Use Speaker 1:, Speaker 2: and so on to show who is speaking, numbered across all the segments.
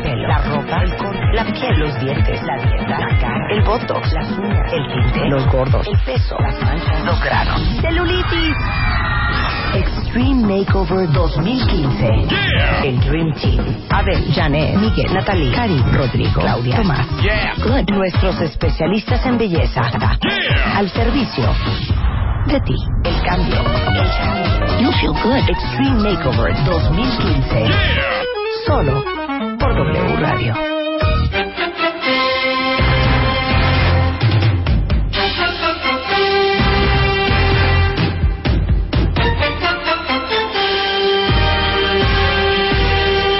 Speaker 1: la ropa, el corte, la piel, los dientes, la dieta, la cara, el botox, las uñas, el tinte, los gordos, el peso, las manchas, los granos, celulitis. Extreme Makeover 2015. El Dream Team. Abel, Janet, Miguel, Natalie, Karim, Rodrigo, Claudia, Tomás. Good. Nuestros especialistas en belleza. Al servicio de ti. El cambio. El cambio. You Feel Good. Extreme Makeover 2015. Solo por W Radio.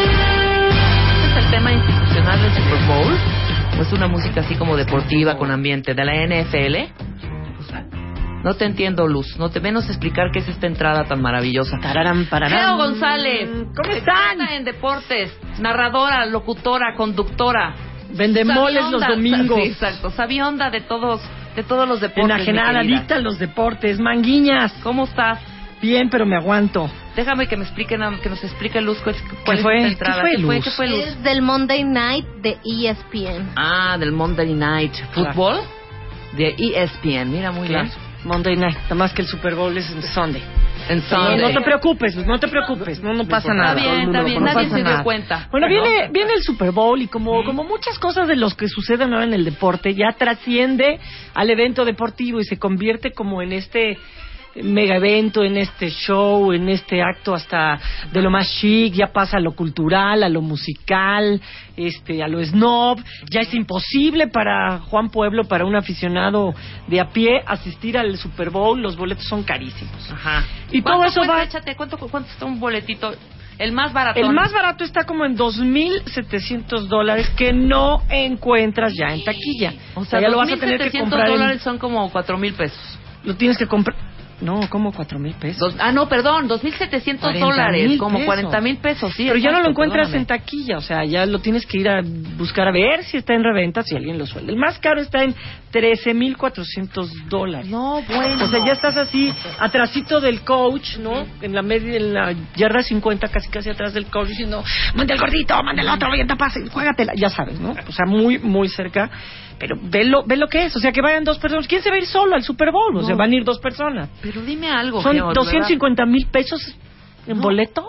Speaker 2: ¿Este es el tema institucional del Super Bowl? ¿O es una música así como deportiva con ambiente de la NFL? No te entiendo, Luz. No te menos explicar qué es esta entrada tan maravillosa.
Speaker 3: Tararán,
Speaker 2: Geo
Speaker 3: pararán.
Speaker 2: González.
Speaker 3: ¿Cómo están?
Speaker 2: experta en deportes, narradora, locutora, conductora.
Speaker 3: Vendemoles los
Speaker 2: Sabionda,
Speaker 3: domingos.
Speaker 2: sí, exacto. Sabionda de todos, de todos los deportes.
Speaker 3: Enajenada,
Speaker 2: mi querida.
Speaker 3: adicta a los deportes. Manguiñas.
Speaker 2: ¿Cómo estás?
Speaker 3: Bien, pero me aguanto.
Speaker 2: Déjame que me expliquen, a- que nos explique Luz cuál, cuál
Speaker 3: fue?
Speaker 2: es
Speaker 3: ¿Qué
Speaker 2: esta entrada.
Speaker 3: fue,
Speaker 2: fue?
Speaker 3: Luz?
Speaker 2: ¿Qué fue, Luz?
Speaker 4: Es del Monday Night de E ESPN.
Speaker 2: Ah, del Monday Night Football de E ESPN. Mira, muy
Speaker 3: Claro.
Speaker 2: bien.
Speaker 3: Monday night. Nada más que el Super Bowl es en Sunday.
Speaker 2: En
Speaker 3: No,
Speaker 2: Sunday.
Speaker 3: no te preocupes, Luz, no te preocupes. No, no pasa
Speaker 2: eh, Está
Speaker 3: nada.
Speaker 2: bien,
Speaker 3: Todo el mundo
Speaker 2: está
Speaker 3: lo
Speaker 2: bien, nadie
Speaker 3: conoce. No pasa
Speaker 2: se dio
Speaker 3: nada.
Speaker 2: cuenta.
Speaker 3: Bueno,
Speaker 2: ¿No?
Speaker 3: viene, viene el Super Bowl y como, como muchas cosas de los que suceden ahora en el deporte, ya trasciende al evento deportivo y se convierte como en este mega evento, en este show, en este acto hasta de lo más chic, ya pasa a lo cultural, a lo musical, este, a lo snob, ya es imposible para Juan Pueblo, para un aficionado de a pie, asistir al Super Bowl, los boletos son carísimos.
Speaker 2: Ajá.
Speaker 3: Y todo
Speaker 2: ¿Cuánto
Speaker 3: eso
Speaker 2: cuesta?
Speaker 3: va-
Speaker 2: Échate, ¿cuánto, ¿Cuánto está un boletito? El más barato.
Speaker 3: El más barato está como en 2.700 dólares que no encuentras ya en taquilla.
Speaker 2: O sea,
Speaker 3: ya
Speaker 2: los
Speaker 3: lo vas a tener que comprar. en-
Speaker 2: dólares son como cuatro mil pesos.
Speaker 3: Lo tienes que comprar. No, como 4.000 pesos.
Speaker 2: Dos- ah, no, perdón, 2.700
Speaker 3: 40,000
Speaker 2: dólares, como
Speaker 3: pesos.
Speaker 2: 40 mil pesos, sí.
Speaker 3: Pero ya no lo
Speaker 2: exacto,
Speaker 3: encuentras en
Speaker 2: perdóname.
Speaker 3: taquilla, o sea, ya lo tienes que ir a buscar a ver si está en reventa, si alguien lo suelta. El más caro está en 13.400 dólares.
Speaker 2: No, bueno.
Speaker 3: O sea, ya estás así, atrasito del coach, ¿no? En la media, en la yarda 50, casi casi atrás del coach, diciendo, manda el gordito, manda el otro, vaya pase, juégatela. Ya sabes, ¿no? O sea, muy, muy cerca. Pero ve lo, ve lo que es. O sea, que vayan dos personas. ¿Quién se va a ir solo al Super Bowl? O sea,
Speaker 2: No.
Speaker 3: van a ir dos personas.
Speaker 2: Pero dime algo,
Speaker 3: Son
Speaker 2: Geo, de
Speaker 3: 250 mil pesos en
Speaker 2: No.
Speaker 3: boletos.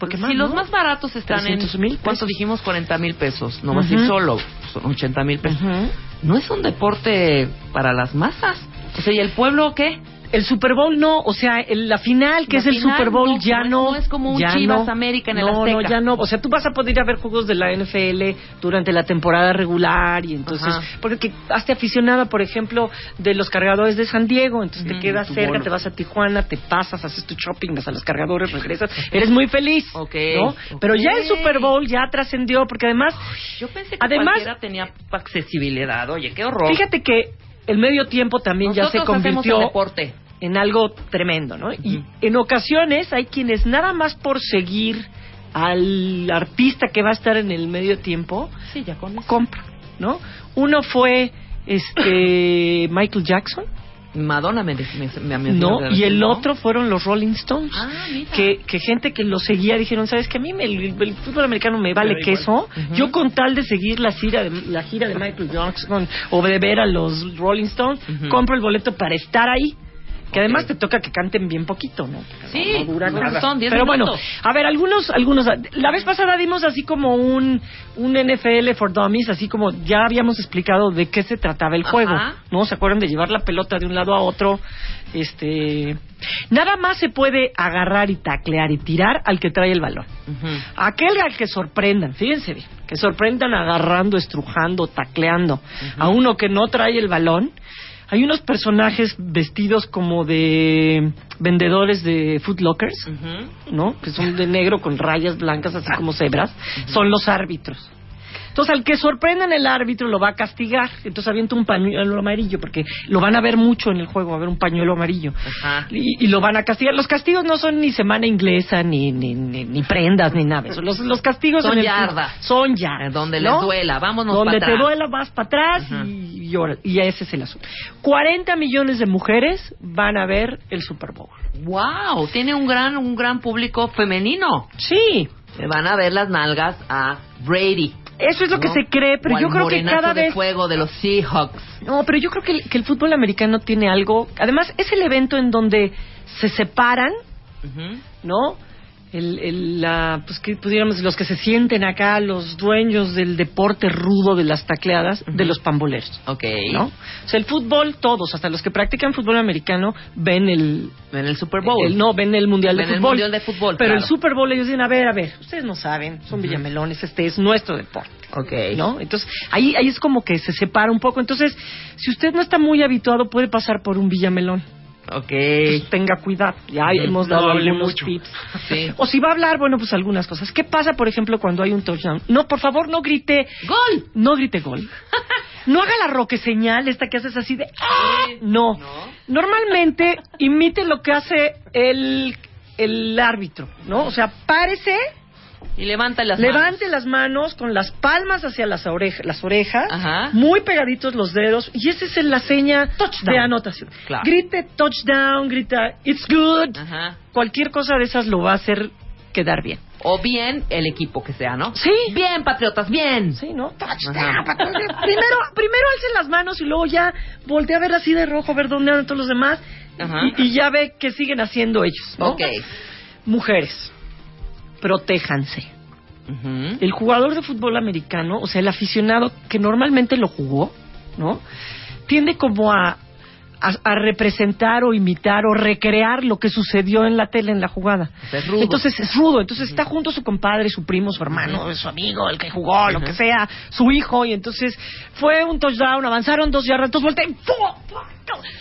Speaker 3: Porque
Speaker 2: verdad.
Speaker 3: más,
Speaker 2: si los
Speaker 3: ¿no?
Speaker 2: más baratos están en,
Speaker 3: 300,000 pesos.
Speaker 2: ¿cuánto dijimos? 40 mil pesos. No vas a ir
Speaker 3: Ujú.
Speaker 2: solo, son 80 mil pesos.
Speaker 3: Ujú.
Speaker 2: No es un deporte para las masas. O sea, ¿y el pueblo qué?
Speaker 3: El Super Bowl no, o sea, el- la final que
Speaker 2: La
Speaker 3: es el
Speaker 2: final
Speaker 3: Super Bowl
Speaker 2: no,
Speaker 3: ya
Speaker 2: no es-
Speaker 3: no.
Speaker 2: no es como un
Speaker 3: ya
Speaker 2: Chivas América en el
Speaker 3: No,
Speaker 2: Azteca.
Speaker 3: no, ya no. O sea, tú vas a poder ir a ver juegos de la NFL durante la temporada regular y entonces.
Speaker 2: Ajá.
Speaker 3: Porque que- hazte aficionada, por ejemplo, de los cargadores de San Diego. Entonces
Speaker 2: Mm,
Speaker 3: te quedas
Speaker 2: tu
Speaker 3: cerca,
Speaker 2: bolo.
Speaker 3: te vas a Tijuana, te pasas, haces tu shopping, vas a los cargadores, regresas. Eres muy feliz.
Speaker 2: Ok,
Speaker 3: ¿no? Pero ya el
Speaker 2: ok.
Speaker 3: Super Bowl ya trascendió porque además.
Speaker 2: Yo pensé que
Speaker 3: Además-
Speaker 2: cualquiera tenía accesibilidad. Oye, qué horror.
Speaker 3: Fíjate que el medio tiempo también
Speaker 2: Oh. Nosotros
Speaker 3: ya se
Speaker 2: hacemos el
Speaker 3: convirtió
Speaker 2: deporte.
Speaker 3: en algo tremendo, ¿no? Y
Speaker 2: Ujú.
Speaker 3: en ocasiones hay quienes nada más por seguir al artista que va a estar en el medio tiempo,
Speaker 2: Sí, ya con
Speaker 3: compra, ¿no? Uno fue este Michael Jackson,
Speaker 2: Madonna me, me, me- me-
Speaker 3: ¿no?
Speaker 2: me-
Speaker 3: Y el otro fueron los Rolling Stones.
Speaker 2: Ah, mira.
Speaker 3: Que, que gente que lo seguía dijeron, ¿sabes que A mí me- el, el fútbol americano me vale queso.
Speaker 2: Ujú.
Speaker 3: Yo con tal de seguir la gira de, la gira de Michael Jackson o de ver a los Rolling Stones,
Speaker 2: Ujú.
Speaker 3: compro el boleto para estar ahí. Que además
Speaker 2: Ok.
Speaker 3: te toca que canten bien poquito, ¿no?
Speaker 2: Sí,
Speaker 3: No dura
Speaker 2: no
Speaker 3: nada.
Speaker 2: son 10
Speaker 3: Pero bueno,
Speaker 2: minutos.
Speaker 3: a ver, algunos, algunos. La vez pasada dimos así como un, un NFL for Dummies, así como ya habíamos explicado de qué se trataba el
Speaker 2: Ajá.
Speaker 3: juego. ¿No? ¿Se acuerdan de llevar la pelota de un lado a otro? Este. Nada más se puede agarrar y taclear y tirar al que trae el balón.
Speaker 2: Ujú.
Speaker 3: Aquel al que sorprendan, fíjense bien, que sorprendan agarrando, estrujando, tacleando a uno que no trae el balón. Hay unos personajes vestidos como de vendedores de Food Lockers,
Speaker 2: Ujú.
Speaker 3: ¿no? Que son de negro con rayas blancas, así como cebras. Son los árbitros. Entonces, al que sorprendan el árbitro lo va a castigar. Entonces, avienta un pañuelo amarillo, porque lo van a ver mucho en el juego, a ver un pañuelo amarillo.
Speaker 2: Ajá.
Speaker 3: Y, y lo van a castigar. Los castigos no son ni semana inglesa, ni, ni, ni, ni prendas, ni nada. de eso. Los, los castigos
Speaker 2: Son
Speaker 3: en el
Speaker 2: yardas.
Speaker 3: fútbol Son yardas.
Speaker 2: Donde
Speaker 3: ¿no?
Speaker 2: les duela, vámonos para
Speaker 3: Donde te
Speaker 2: atrás.
Speaker 3: duela vas para atrás
Speaker 2: Ajá.
Speaker 3: y, y ahora- y ese es el asunto. 40 millones de mujeres van a ver el Super Bowl.
Speaker 2: Wow, tiene un gran un gran público femenino.
Speaker 3: Sí,
Speaker 2: Le van a ver las nalgas a Brady.
Speaker 3: eso es lo que
Speaker 2: ¿no?
Speaker 3: se cree, pero
Speaker 2: O
Speaker 3: yo
Speaker 2: al
Speaker 3: creo que
Speaker 2: morenazo
Speaker 3: cada
Speaker 2: de
Speaker 3: vez
Speaker 2: fuego de los Seahawks.
Speaker 3: No, pero yo creo que el, que el fútbol americano tiene algo. Además, es el evento en donde se separan, ¿no? El, el, la, pues que pudiéramos los que se sienten acá, los dueños del deporte rudo de las tacleadas, de los pamboleros,
Speaker 2: Ok.
Speaker 3: ¿no? O sea, el fútbol, todos, hasta los que practican fútbol americano, ven el.
Speaker 2: En el Super Bowl.
Speaker 3: el- no, ven el Mundial
Speaker 2: Ven
Speaker 3: de
Speaker 2: el
Speaker 3: Fútbol.
Speaker 2: Mundial de Fútbol,
Speaker 3: Pero el
Speaker 2: claro.
Speaker 3: Super Bowl, ellos dicen, a ver, a ver, ustedes no saben, son villamelones, este es nuestro deporte.
Speaker 2: Ok.
Speaker 3: ¿no? Entonces, ahí, ahí es como que se separa un poco. Entonces, si usted no está muy habituado, puede pasar por un villamelón.
Speaker 2: Ok.
Speaker 3: Entonces, tenga cuidado. Ya
Speaker 2: Ujú.
Speaker 3: hemos dado
Speaker 2: No hable
Speaker 3: algunos
Speaker 2: mucho.
Speaker 3: tips.
Speaker 2: Sí.
Speaker 3: O si va a hablar, bueno, pues algunas cosas. ¿Qué pasa, por ejemplo, cuando hay un touchdown? No, por favor, no grite,
Speaker 2: ¡Gol!
Speaker 3: no grite gol. No haga la roque señal esta que haces así de ¡ah! no. Normalmente imite lo que hace el el árbitro, ¿no? O sea, párese,
Speaker 2: Y levanta las manos.
Speaker 3: Levante las manos con las palmas hacia las, oreja- las orejas,
Speaker 2: Ajá.
Speaker 3: muy pegaditos los dedos, y esa es la seña de anotación.
Speaker 2: Claro.
Speaker 3: Grite touchdown, grita it's good.
Speaker 2: Ajá.
Speaker 3: Cualquier cosa de esas lo va a hacer quedar bien.
Speaker 2: O bien el equipo que sea, ¿no?
Speaker 3: Sí.
Speaker 2: Bien, patriotas, bien.
Speaker 3: Sí, ¿no? Touchdown.
Speaker 2: Ajá.
Speaker 3: papá. primero, primero alcen las manos y luego ya voltea a ver así de rojo, a ver dónde andan todos los demás,
Speaker 2: Ajá.
Speaker 3: y, y ya ve que siguen haciendo ellos. ¿no?
Speaker 2: Ok.
Speaker 3: Mujeres, protéjanse.
Speaker 2: Ujú.
Speaker 3: el jugador de fútbol americano, o sea, el aficionado que normalmente lo jugó, ¿no? Tiende como a, a, a representar o imitar o recrear lo que sucedió en la tele, en la jugada.
Speaker 2: O sea, es rudo.
Speaker 3: Entonces es rudo, entonces está junto a su compadre, su primo, su hermano, su amigo, el que jugó, lo que sea, su hijo, y entonces fue un touchdown, avanzaron dos yardas, entonces voltea y ¡pum!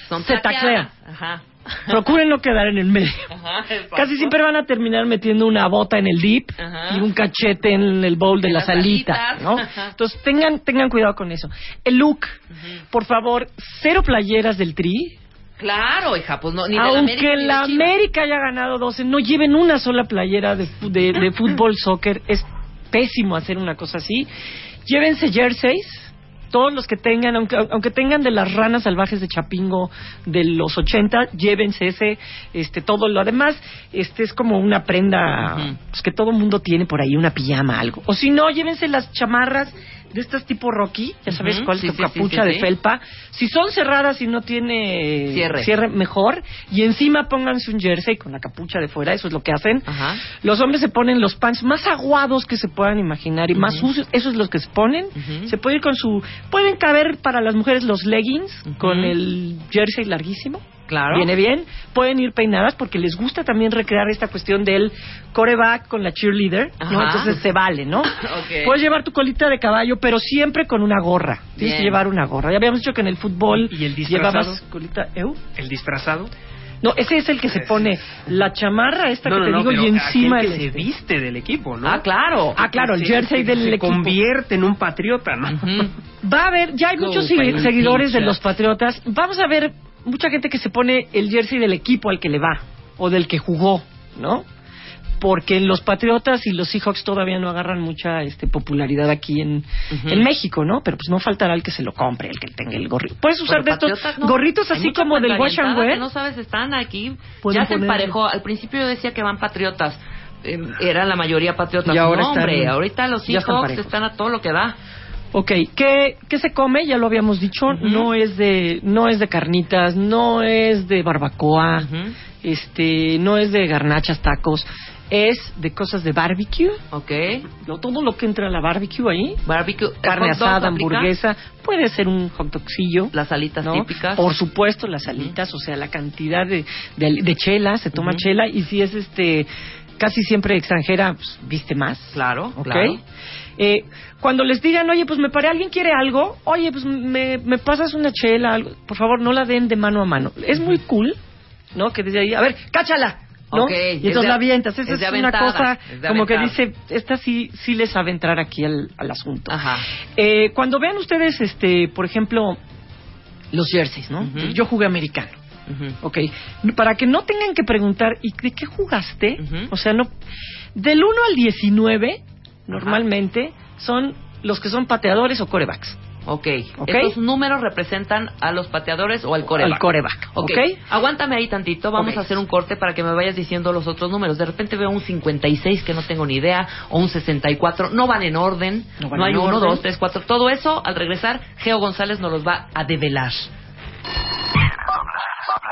Speaker 2: Son
Speaker 3: se taclea.
Speaker 2: taqueadas. Ajá.
Speaker 3: Procuren no quedar en el medio.
Speaker 2: Ajá.
Speaker 3: Casi siempre van a terminar metiendo una bota en el dip
Speaker 2: Ajá.
Speaker 3: y un cachete en el bowl de
Speaker 2: En
Speaker 3: la
Speaker 2: las
Speaker 3: salita,
Speaker 2: alitas.
Speaker 3: ¿no?
Speaker 2: Ajá.
Speaker 3: Entonces tengan tengan cuidado con eso. El look, por favor, cero playeras del tri.
Speaker 2: Claro, hija, pues no. Ni de
Speaker 3: Aunque
Speaker 2: ni de
Speaker 3: la
Speaker 2: Chivas.
Speaker 3: América haya ganado 12, no lleven una sola playera de, fu- de- de fútbol, soccer. Es pésimo hacer una cosa así. Llévense jerseys, todos los que tengan, aunque, aunque tengan de las ranas salvajes de Chapingo de los 80, llévense ese, este, todo lo demás. Este es como una prenda
Speaker 2: Ujú.
Speaker 3: pues, que todo mundo tiene por ahí, una pijama, algo. O si no, llévense las chamarras de estas tipo Rocky, ya sabes
Speaker 2: Ujú,
Speaker 3: cuál,
Speaker 2: sí,
Speaker 3: con
Speaker 2: sí, sí,
Speaker 3: capucha
Speaker 2: sí,
Speaker 3: de
Speaker 2: sí.
Speaker 3: felpa. Si son cerradas y no tiene
Speaker 2: Cierre.
Speaker 3: mejor y encima pónganse un jersey con la capucha de fuera, eso es lo que hacen.
Speaker 2: Ajá.
Speaker 3: Los hombres se ponen los pants más aguados que se puedan imaginar y más sucios, eso es lo que se ponen.
Speaker 2: Ujú.
Speaker 3: Se puede ir con su pueden caber para las mujeres los leggings
Speaker 2: Ujú.
Speaker 3: con el jersey larguísimo.
Speaker 2: Claro.
Speaker 3: Viene bien, pueden ir peinadas porque les gusta también recrear esta cuestión del coreback con la cheerleader, ¿no?
Speaker 2: Ajá.
Speaker 3: Entonces se vale, ¿no?
Speaker 2: Ok.
Speaker 3: Puedes llevar tu colita de caballo, pero siempre con una gorra. Tienes
Speaker 2: Bien.
Speaker 3: que llevar una gorra. Ya habíamos dicho que en el fútbol
Speaker 5: ¿Y el disfrazado?
Speaker 3: llevabas colita, ¿eu?
Speaker 5: El disfrazado.
Speaker 3: No, ese es el que se pone la chamarra esta que te digo
Speaker 5: pero
Speaker 3: y encima el
Speaker 5: aquel
Speaker 3: este.
Speaker 5: que se viste del equipo, ¿no?
Speaker 2: Ah, claro.
Speaker 3: Ah, claro, el
Speaker 5: Se-
Speaker 3: jersey
Speaker 5: se-
Speaker 3: del
Speaker 5: se
Speaker 3: equipo.
Speaker 5: convierte en un patriota, ¿no?
Speaker 2: Ujú.
Speaker 3: Va a haber, ya hay
Speaker 2: Go,
Speaker 3: muchos segui-
Speaker 2: Patriots.
Speaker 3: seguidores de los Patriotas. Vamos a ver mucha gente que se pone el jersey del equipo al que le va o del que jugó, ¿no? Porque los Patriotas y los Seahawks todavía no agarran mucha este, popularidad aquí en,
Speaker 2: Ujú.
Speaker 3: en México, ¿no? Pero pues no faltará el que se lo compre, el que tenga el gorrito. Puedes usar
Speaker 2: Pero
Speaker 3: de estos
Speaker 2: patriotas, no.
Speaker 3: gorritos
Speaker 2: Hay
Speaker 3: así
Speaker 2: mucha
Speaker 3: como del Wash
Speaker 2: pantallazada
Speaker 3: and Wear.
Speaker 2: que No sabes, están aquí.
Speaker 3: Pueden
Speaker 2: Ya se
Speaker 3: poner- Ah.
Speaker 2: emparejó. Al principio yo decía que van patriotas. Eh, era la mayoría patriotas.
Speaker 3: Y ahora
Speaker 2: no, hombre,
Speaker 3: están-
Speaker 2: ahorita los
Speaker 3: ya están
Speaker 2: hijos
Speaker 3: parejos.
Speaker 2: están a todo lo que da.
Speaker 3: Ok, ¿qué, qué se come? Ya lo habíamos dicho,
Speaker 2: Ujú.
Speaker 3: no es de no es de carnitas, no es de barbacoa,
Speaker 2: Ujú.
Speaker 3: este, no es de garnachas, tacos, es de cosas de barbecue,
Speaker 2: Ok.
Speaker 3: lo- todo lo que entra a la barbecue ahí,
Speaker 2: Barbecue. ¿El
Speaker 3: carne
Speaker 2: hot dog
Speaker 3: asada,
Speaker 2: aplica?
Speaker 3: hamburguesa, puede ser un hot dogcillo.
Speaker 2: Las alitas
Speaker 3: ¿no?
Speaker 2: típicas.
Speaker 3: Por supuesto, las alitas, o sea, la cantidad de, de, de chela, se toma
Speaker 2: Ujú.
Speaker 3: chela y si es este casi siempre extranjera, pues, viste más.
Speaker 2: Claro,
Speaker 3: ¿ok?
Speaker 2: claro.
Speaker 3: Eh, cuando les digan, oye, pues me paré, alguien quiere algo, oye, pues me, me pasas una chela, algo, por favor, no la den de mano a mano. Es muy cool, ¿no? Que desde ahí, a ver, cáchala, ¿no?
Speaker 2: Ok, es
Speaker 3: y entonces
Speaker 2: de-
Speaker 3: la avientas.
Speaker 2: es
Speaker 3: Esa
Speaker 2: de
Speaker 3: es, una
Speaker 2: aventadas,
Speaker 3: cosa
Speaker 2: es de
Speaker 3: como que
Speaker 2: aventadas.
Speaker 3: dice, esta sí sí les sabe entrar aquí al, al asunto.
Speaker 2: Ajá.
Speaker 3: Eh, cuando vean ustedes, este, por ejemplo, los jerseys, ¿no?
Speaker 2: Ujú.
Speaker 3: Yo jugué americano.
Speaker 2: Ujú.
Speaker 3: Ok, para que no tengan que preguntar, ¿y de qué jugaste?
Speaker 2: Ujú.
Speaker 3: O sea, no. Del 1 al 19, normalmente, son los que son pateadores o corebacks.
Speaker 2: Ok.
Speaker 3: Ok.
Speaker 2: Estos números representan a los pateadores o al coreback.
Speaker 3: Al coreback.
Speaker 2: Ok. Aguántame ahí tantito. Vamos
Speaker 3: Ok.
Speaker 2: a hacer un corte para que me vayas diciendo los otros números. De repente veo un 56 que no tengo ni idea o un 64. No van en orden. No,
Speaker 3: No van
Speaker 2: hay
Speaker 3: en
Speaker 2: uno,
Speaker 3: orden.
Speaker 2: dos, tres, cuatro. Todo eso, al regresar, Geo González nos los va a develar.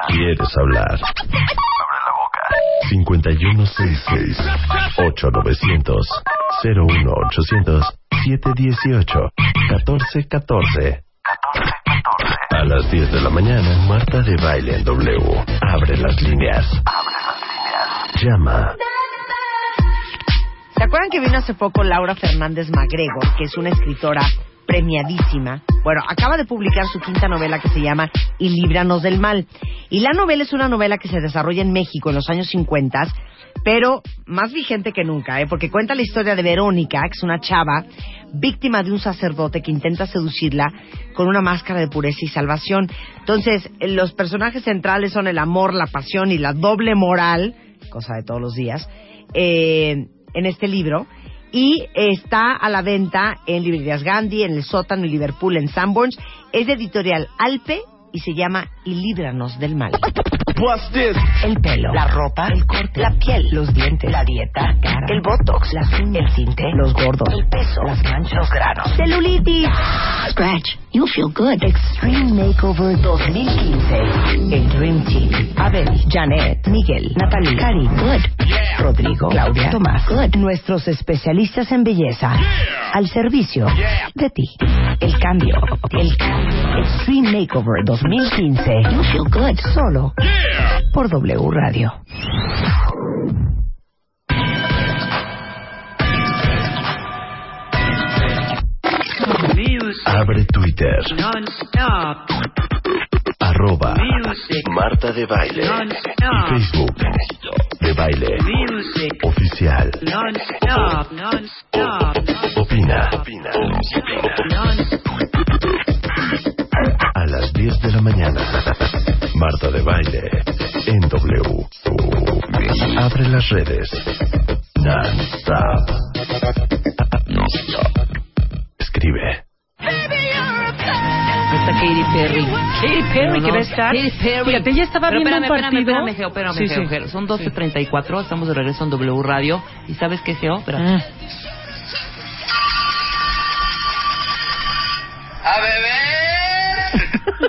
Speaker 6: ¿Quieres hablar? Abre la boca. 5166 8900 01800 718 1414 A las 10 de la mañana, Marta de Baile en W. Abre las líneas. Abre las líneas. Llama.
Speaker 7: ¿Se acuerdan que vino hace poco Laura Fernández Magrego, que es una escritora premiadísima? Bueno, acaba de publicar su quinta novela que se llama Y líbranos del mal. Y la novela es una novela que se desarrolla en México en los años 50, pero más vigente que nunca, ¿eh? porque cuenta la historia de Verónica, que es una chava víctima de un sacerdote que intenta seducirla con una máscara de pureza y salvación. Entonces, los personajes centrales son el amor, la pasión y la doble moral, cosa de todos los días, eh, en este libro. Y está a la venta en librerías Gandhi, en el sótano, en Liverpool, en Sanborns. Es de editorial Alpe y se llama Y líbranos del mal. El pelo, la ropa, el corte, la piel, los dientes, la dieta, la cara, el botox, las uñas, el tinte, los gordos, el peso, las manchas, los granos, celulitis. Scratch, you feel good. Extreme Makeover 2015. El Dream Team. Abel, Janet, Miguel, Natalie, Cari, good. Rodrigo, Claudia, Tomás, good. Nuestros especialistas en belleza. Al servicio de ti. El cambio. El cambio. Extreme Makeover 2015. You feel good. Solo por W Radio.
Speaker 5: Music
Speaker 6: Abre Twitter.
Speaker 5: non-stop.
Speaker 6: Arroba.
Speaker 5: Music
Speaker 6: Marta de Baile.
Speaker 5: non-stop.
Speaker 6: Facebook. De Baile.
Speaker 5: Music
Speaker 6: Oficial.
Speaker 5: non-stop. Non-stop.
Speaker 6: Opina.
Speaker 5: Non-stop.
Speaker 6: A las 10 de la mañana. Marta de Baile. En W. Abre las redes. Non-stop. Escribe.
Speaker 2: Está Katy Perry.
Speaker 3: Katy Perry
Speaker 2: No,
Speaker 3: que
Speaker 2: no,
Speaker 3: va a estar.
Speaker 2: Katy Perry.
Speaker 3: Fíjate, ella estaba
Speaker 2: Pero
Speaker 3: viendo
Speaker 2: espérame,
Speaker 3: un partido.
Speaker 2: Espérame, espérame, Geo, espérame,
Speaker 3: Sí,
Speaker 2: Geo,
Speaker 3: sí.
Speaker 2: Geo. Son 12.34, estamos de regreso en W Radio. ¿Y sabes qué, Geo? Espérate.
Speaker 3: Ah.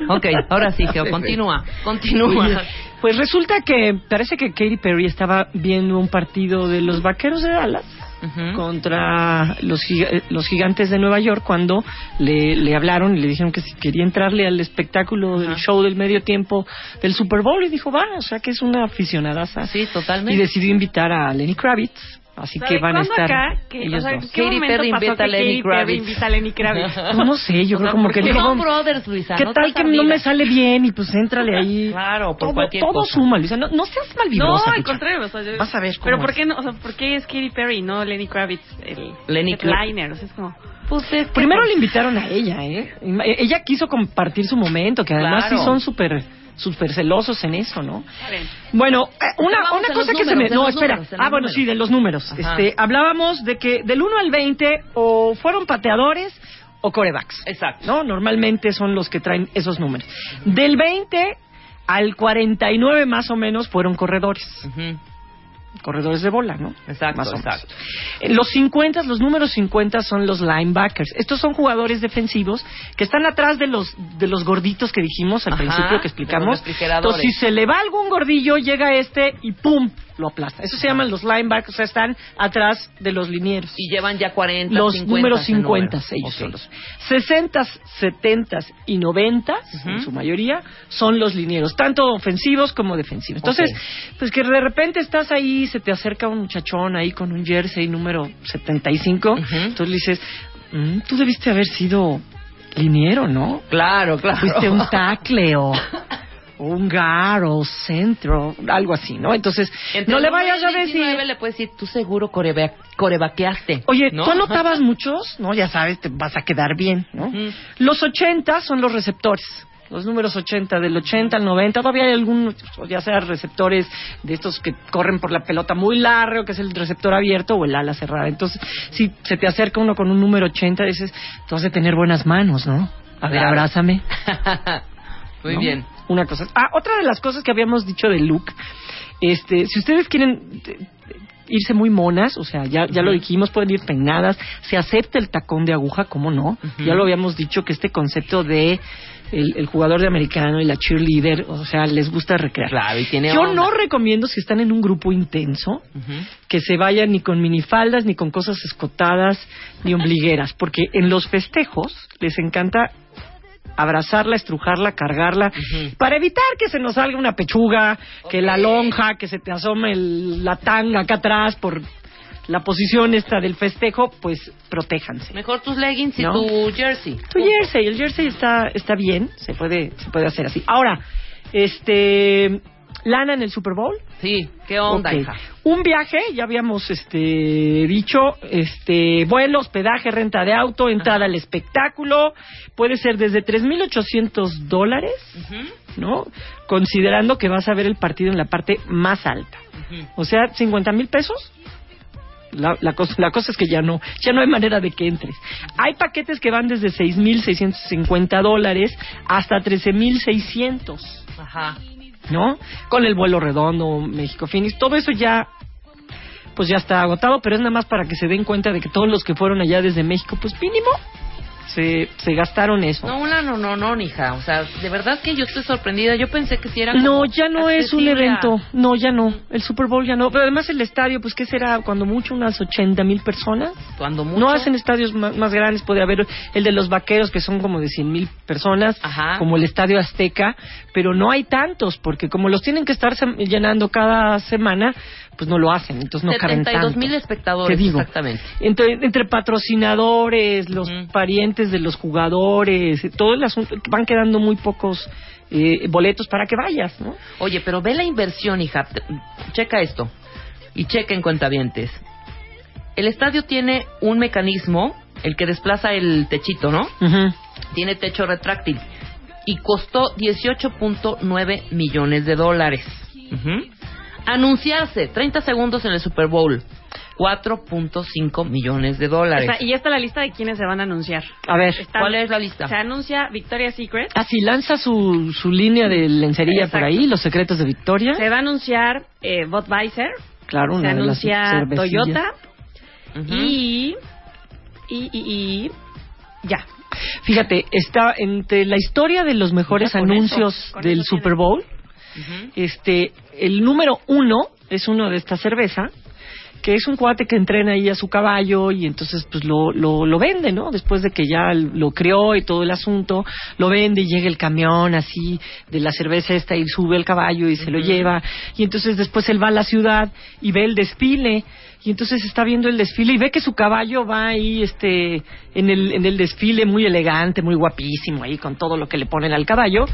Speaker 2: Ok, ahora sí, Geo, continúa, continúa.
Speaker 3: Oye, Pues resulta que parece que Katy Perry estaba viendo un partido de los vaqueros de Dallas
Speaker 2: Ujú.
Speaker 3: contra los, giga- los gigantes de Nueva York cuando le, le hablaron y le dijeron que si quería entrarle al espectáculo del
Speaker 2: Ajá.
Speaker 3: show del medio tiempo del Super Bowl y dijo, va, o sea que es una aficionadaza.
Speaker 2: Sí, totalmente.
Speaker 3: Y decidió invitar a Lenny Kravitz, así que van a estar
Speaker 8: acá? Que,
Speaker 3: ellos
Speaker 8: o sea, ¿en
Speaker 3: dos.
Speaker 8: ¿qué
Speaker 2: Katy
Speaker 8: momento
Speaker 2: Perry
Speaker 8: pasó
Speaker 2: invita
Speaker 8: que
Speaker 2: a Lenny
Speaker 8: Katy
Speaker 2: Kravitz?
Speaker 8: Perry invita a Lenny Kravitz?
Speaker 3: No, no sé, yo
Speaker 2: O
Speaker 3: creo
Speaker 2: sea,
Speaker 3: como
Speaker 2: porque
Speaker 3: que le
Speaker 2: son brothers, Luisa.
Speaker 3: ¿Qué
Speaker 2: no
Speaker 3: tal
Speaker 2: seas
Speaker 3: que no
Speaker 2: ardida.
Speaker 3: me sale bien? Y pues éntrale ahí.
Speaker 2: Claro, por
Speaker 3: todo,
Speaker 2: cualquier
Speaker 3: todo
Speaker 2: cosa.
Speaker 3: suma, Luisa. No, no seas
Speaker 8: No,
Speaker 3: malvidosa.
Speaker 8: al
Speaker 3: Luisa.
Speaker 8: contrario. O sea, yo-
Speaker 3: Vas a ver cómo
Speaker 8: Pero ¿por
Speaker 3: es.
Speaker 8: qué, no, o sea, ¿por qué es Katy Perry y no Lenny Kravitz el
Speaker 2: Lenny
Speaker 8: headliner? O sea, es como...
Speaker 2: Pues es que-
Speaker 3: Primero le invitaron a ella, ¿eh? Ima- eh, Ella quiso compartir su momento, que además
Speaker 2: Claro.
Speaker 3: sí son súper súper celosos en eso, ¿no?
Speaker 8: a ver,
Speaker 3: Bueno, eh, una,
Speaker 2: Vamos
Speaker 3: una
Speaker 2: en
Speaker 3: cosa
Speaker 2: los
Speaker 3: que
Speaker 2: números,
Speaker 3: se
Speaker 2: en
Speaker 3: me... No,
Speaker 2: los
Speaker 3: espera.
Speaker 2: números, en los
Speaker 3: ah, bueno,
Speaker 2: números.
Speaker 3: sí, de los números.
Speaker 2: Ajá.
Speaker 3: Este, hablábamos de que del 1 al 20 o fueron pateadores o corebacks.
Speaker 2: Exacto.
Speaker 3: ¿no? Normalmente son los que traen esos números. Del 20 al 49 más o menos fueron corredores,
Speaker 2: Ujú,
Speaker 3: corredores de bola, ¿no?
Speaker 2: Exacto,
Speaker 3: Más o menos.
Speaker 2: exacto.
Speaker 3: En Los 50, los números 50 son los linebackers. Estos son jugadores defensivos que están atrás de los de los gorditos que dijimos al
Speaker 2: Ajá,
Speaker 3: principio que
Speaker 2: de los
Speaker 3: explicamos.
Speaker 2: refrigeradores.
Speaker 3: Entonces, si se le va algún gordillo, llega este y pum, lo aplasta. Eso se llaman los linebackers, o sea, están atrás de los linieros
Speaker 2: Y llevan ya 40,
Speaker 3: los
Speaker 2: 50
Speaker 3: números
Speaker 2: en
Speaker 3: 50,
Speaker 2: números.
Speaker 3: ellos
Speaker 2: Ok.
Speaker 3: son los 60, 70 y 90, en
Speaker 2: Ujú.
Speaker 3: su mayoría, son los linieros, tanto ofensivos como defensivos. Entonces, pues que de repente estás ahí, se te acerca un muchachón ahí con un jersey número 75,
Speaker 2: Ujú.
Speaker 3: entonces le dices, "Mm, tú debiste haber sido liniero, ¿no?
Speaker 2: Claro, claro.
Speaker 3: Fuiste un tacle o, o un gar o centro, algo así, ¿no? Entonces, no le vayas a decir...
Speaker 2: le puedes decir, tú seguro coreba- corebaqueaste.
Speaker 3: Oye,
Speaker 2: ¿no?
Speaker 3: ¿tú anotabas muchos? No, ya sabes, te vas a quedar bien, ¿no?
Speaker 2: Mm.
Speaker 3: Los 80 son los receptores. Los números 80, del 80 al 90, todavía hay algunos, ya sea receptores de estos que corren por la pelota muy largo, que es el receptor abierto o el ala cerrada. Entonces, si se te acerca uno con un número 80, dices, tú has de tener buenas manos, ¿no? A ver,
Speaker 2: Claro.
Speaker 3: abrázame.
Speaker 2: Muy
Speaker 3: ¿no?
Speaker 2: bien.
Speaker 3: Una cosa. Ah, otra de las cosas que habíamos dicho de look, este, si ustedes quieren eh, irse muy monas, o sea, ya, ya lo
Speaker 2: Ujú.
Speaker 3: dijimos, pueden ir peinadas, se acepta el tacón de aguja, ¿cómo no?
Speaker 2: Ujú.
Speaker 3: Ya lo habíamos dicho que este concepto de el, el jugador de americano y la cheerleader, o sea, les gusta recrear.
Speaker 2: Claro, y tiene
Speaker 3: Yo
Speaker 2: onda.
Speaker 3: no recomiendo si están en un grupo intenso
Speaker 2: Ujú.
Speaker 3: que se vayan ni con minifaldas, ni con cosas escotadas, ni ombligueras, porque en los festejos les encanta abrazarla, estrujarla, cargarla,
Speaker 2: Ujú.
Speaker 3: para evitar que se nos salga una pechuga, que la lonja, que se te asome el- la tanga acá atrás por la posición esta del festejo, pues protéjanse.
Speaker 2: Mejor tus leggings y
Speaker 3: ¿No?
Speaker 2: tu jersey.
Speaker 3: Tu jersey, el jersey está, está bien, se puede, se puede hacer así. Ahora, este, lana en el Super Bowl,
Speaker 2: Sí, ¿qué onda,
Speaker 3: Ok.
Speaker 2: hija?
Speaker 3: Un viaje, ya habíamos este, dicho, este, vuelo, hospedaje, renta de auto, entrada al espectáculo, puede ser desde 3.800 dólares, ¿no? Considerando que vas a ver el partido en la parte más alta. O sea, 50 mil pesos. La, la cosa, la cosa es que ya no, ya no hay manera de que entres. Hay paquetes que van desde 6.650 dólares hasta 13.600.
Speaker 2: Ajá.
Speaker 3: ¿no? Con el vuelo redondo, México Phoenix, todo eso ya pues ya está agotado, pero es nada más para que se den cuenta de que todos los que fueron allá desde México, pues mínimo se, se gastaron eso.
Speaker 2: No, una no, no, no, hija. O sea, de verdad que yo estoy sorprendida. Yo pensé que si era como
Speaker 3: No, ya no es un
Speaker 2: accesible a-
Speaker 3: evento. No, ya no. El Super Bowl ya no. Pero además el estadio, pues, ¿qué será? Cuando mucho, unas 80 mil personas.
Speaker 2: Cuando mucho.
Speaker 3: No hacen estadios ma- más, grandes. Puede haber el de los vaqueros, que son como de 100 mil personas,
Speaker 2: Ajá.
Speaker 3: como el estadio Azteca. Pero no hay tantos, porque como los tienen que estar sem- llenando cada semana, pues no lo hacen. Entonces no caben
Speaker 2: 72
Speaker 3: tanto.
Speaker 2: mil espectadores,
Speaker 3: Te digo.
Speaker 2: exactamente.
Speaker 3: Entre, entre patrocinadores, los
Speaker 2: Ujú.
Speaker 3: parientes de los jugadores, todo el asunto, van quedando muy pocos eh, boletos para que vayas, ¿no?
Speaker 2: Oye, pero ve la inversión, hija. Te- Checa esto. Y checa en cuentavientes. El estadio tiene un mecanismo, el que desplaza el techito, ¿no? Tiene techo retráctil. Y costó 18.9 millones de dólares. Ujú. Anunciarse 30 segundos en el Super Bowl. 4.5 millones de dólares.
Speaker 8: Está- y ya está la lista de quienes se van a anunciar.
Speaker 3: A ver.
Speaker 8: Está-
Speaker 2: ¿Cuál es la lista?
Speaker 8: Se anuncia Victoria's Secret.
Speaker 3: Ah, sí, lanza su, su línea de lencería por
Speaker 8: Exacto.
Speaker 3: ahí, los secretos de Victoria.
Speaker 8: Se va a anunciar eh, Budweiser.
Speaker 3: claro,
Speaker 8: Se
Speaker 3: una de las
Speaker 8: anuncia
Speaker 3: cervecillas.
Speaker 8: Toyota.
Speaker 2: Ujú.
Speaker 8: Y, y, y, y ya.
Speaker 3: Fíjate, está entre la historia de los mejores
Speaker 8: Ya con
Speaker 3: anuncios
Speaker 8: eso, con
Speaker 3: del
Speaker 8: eso tiene.
Speaker 3: Super Bowl.
Speaker 2: Ujú.
Speaker 3: Este, el número uno es uno de esta cerveza, que es un cuate que entrena ahí a su caballo y entonces pues lo, lo, lo vende, ¿no? Después de que ya lo crió y todo el asunto, lo vende y llega el camión así de la cerveza esta y sube el caballo y se lo lleva. Y entonces después él va a la ciudad y ve el desfile y entonces está viendo el desfile y ve que su caballo va ahí este en el en el desfile muy elegante, muy guapísimo ahí con todo lo que le ponen al caballo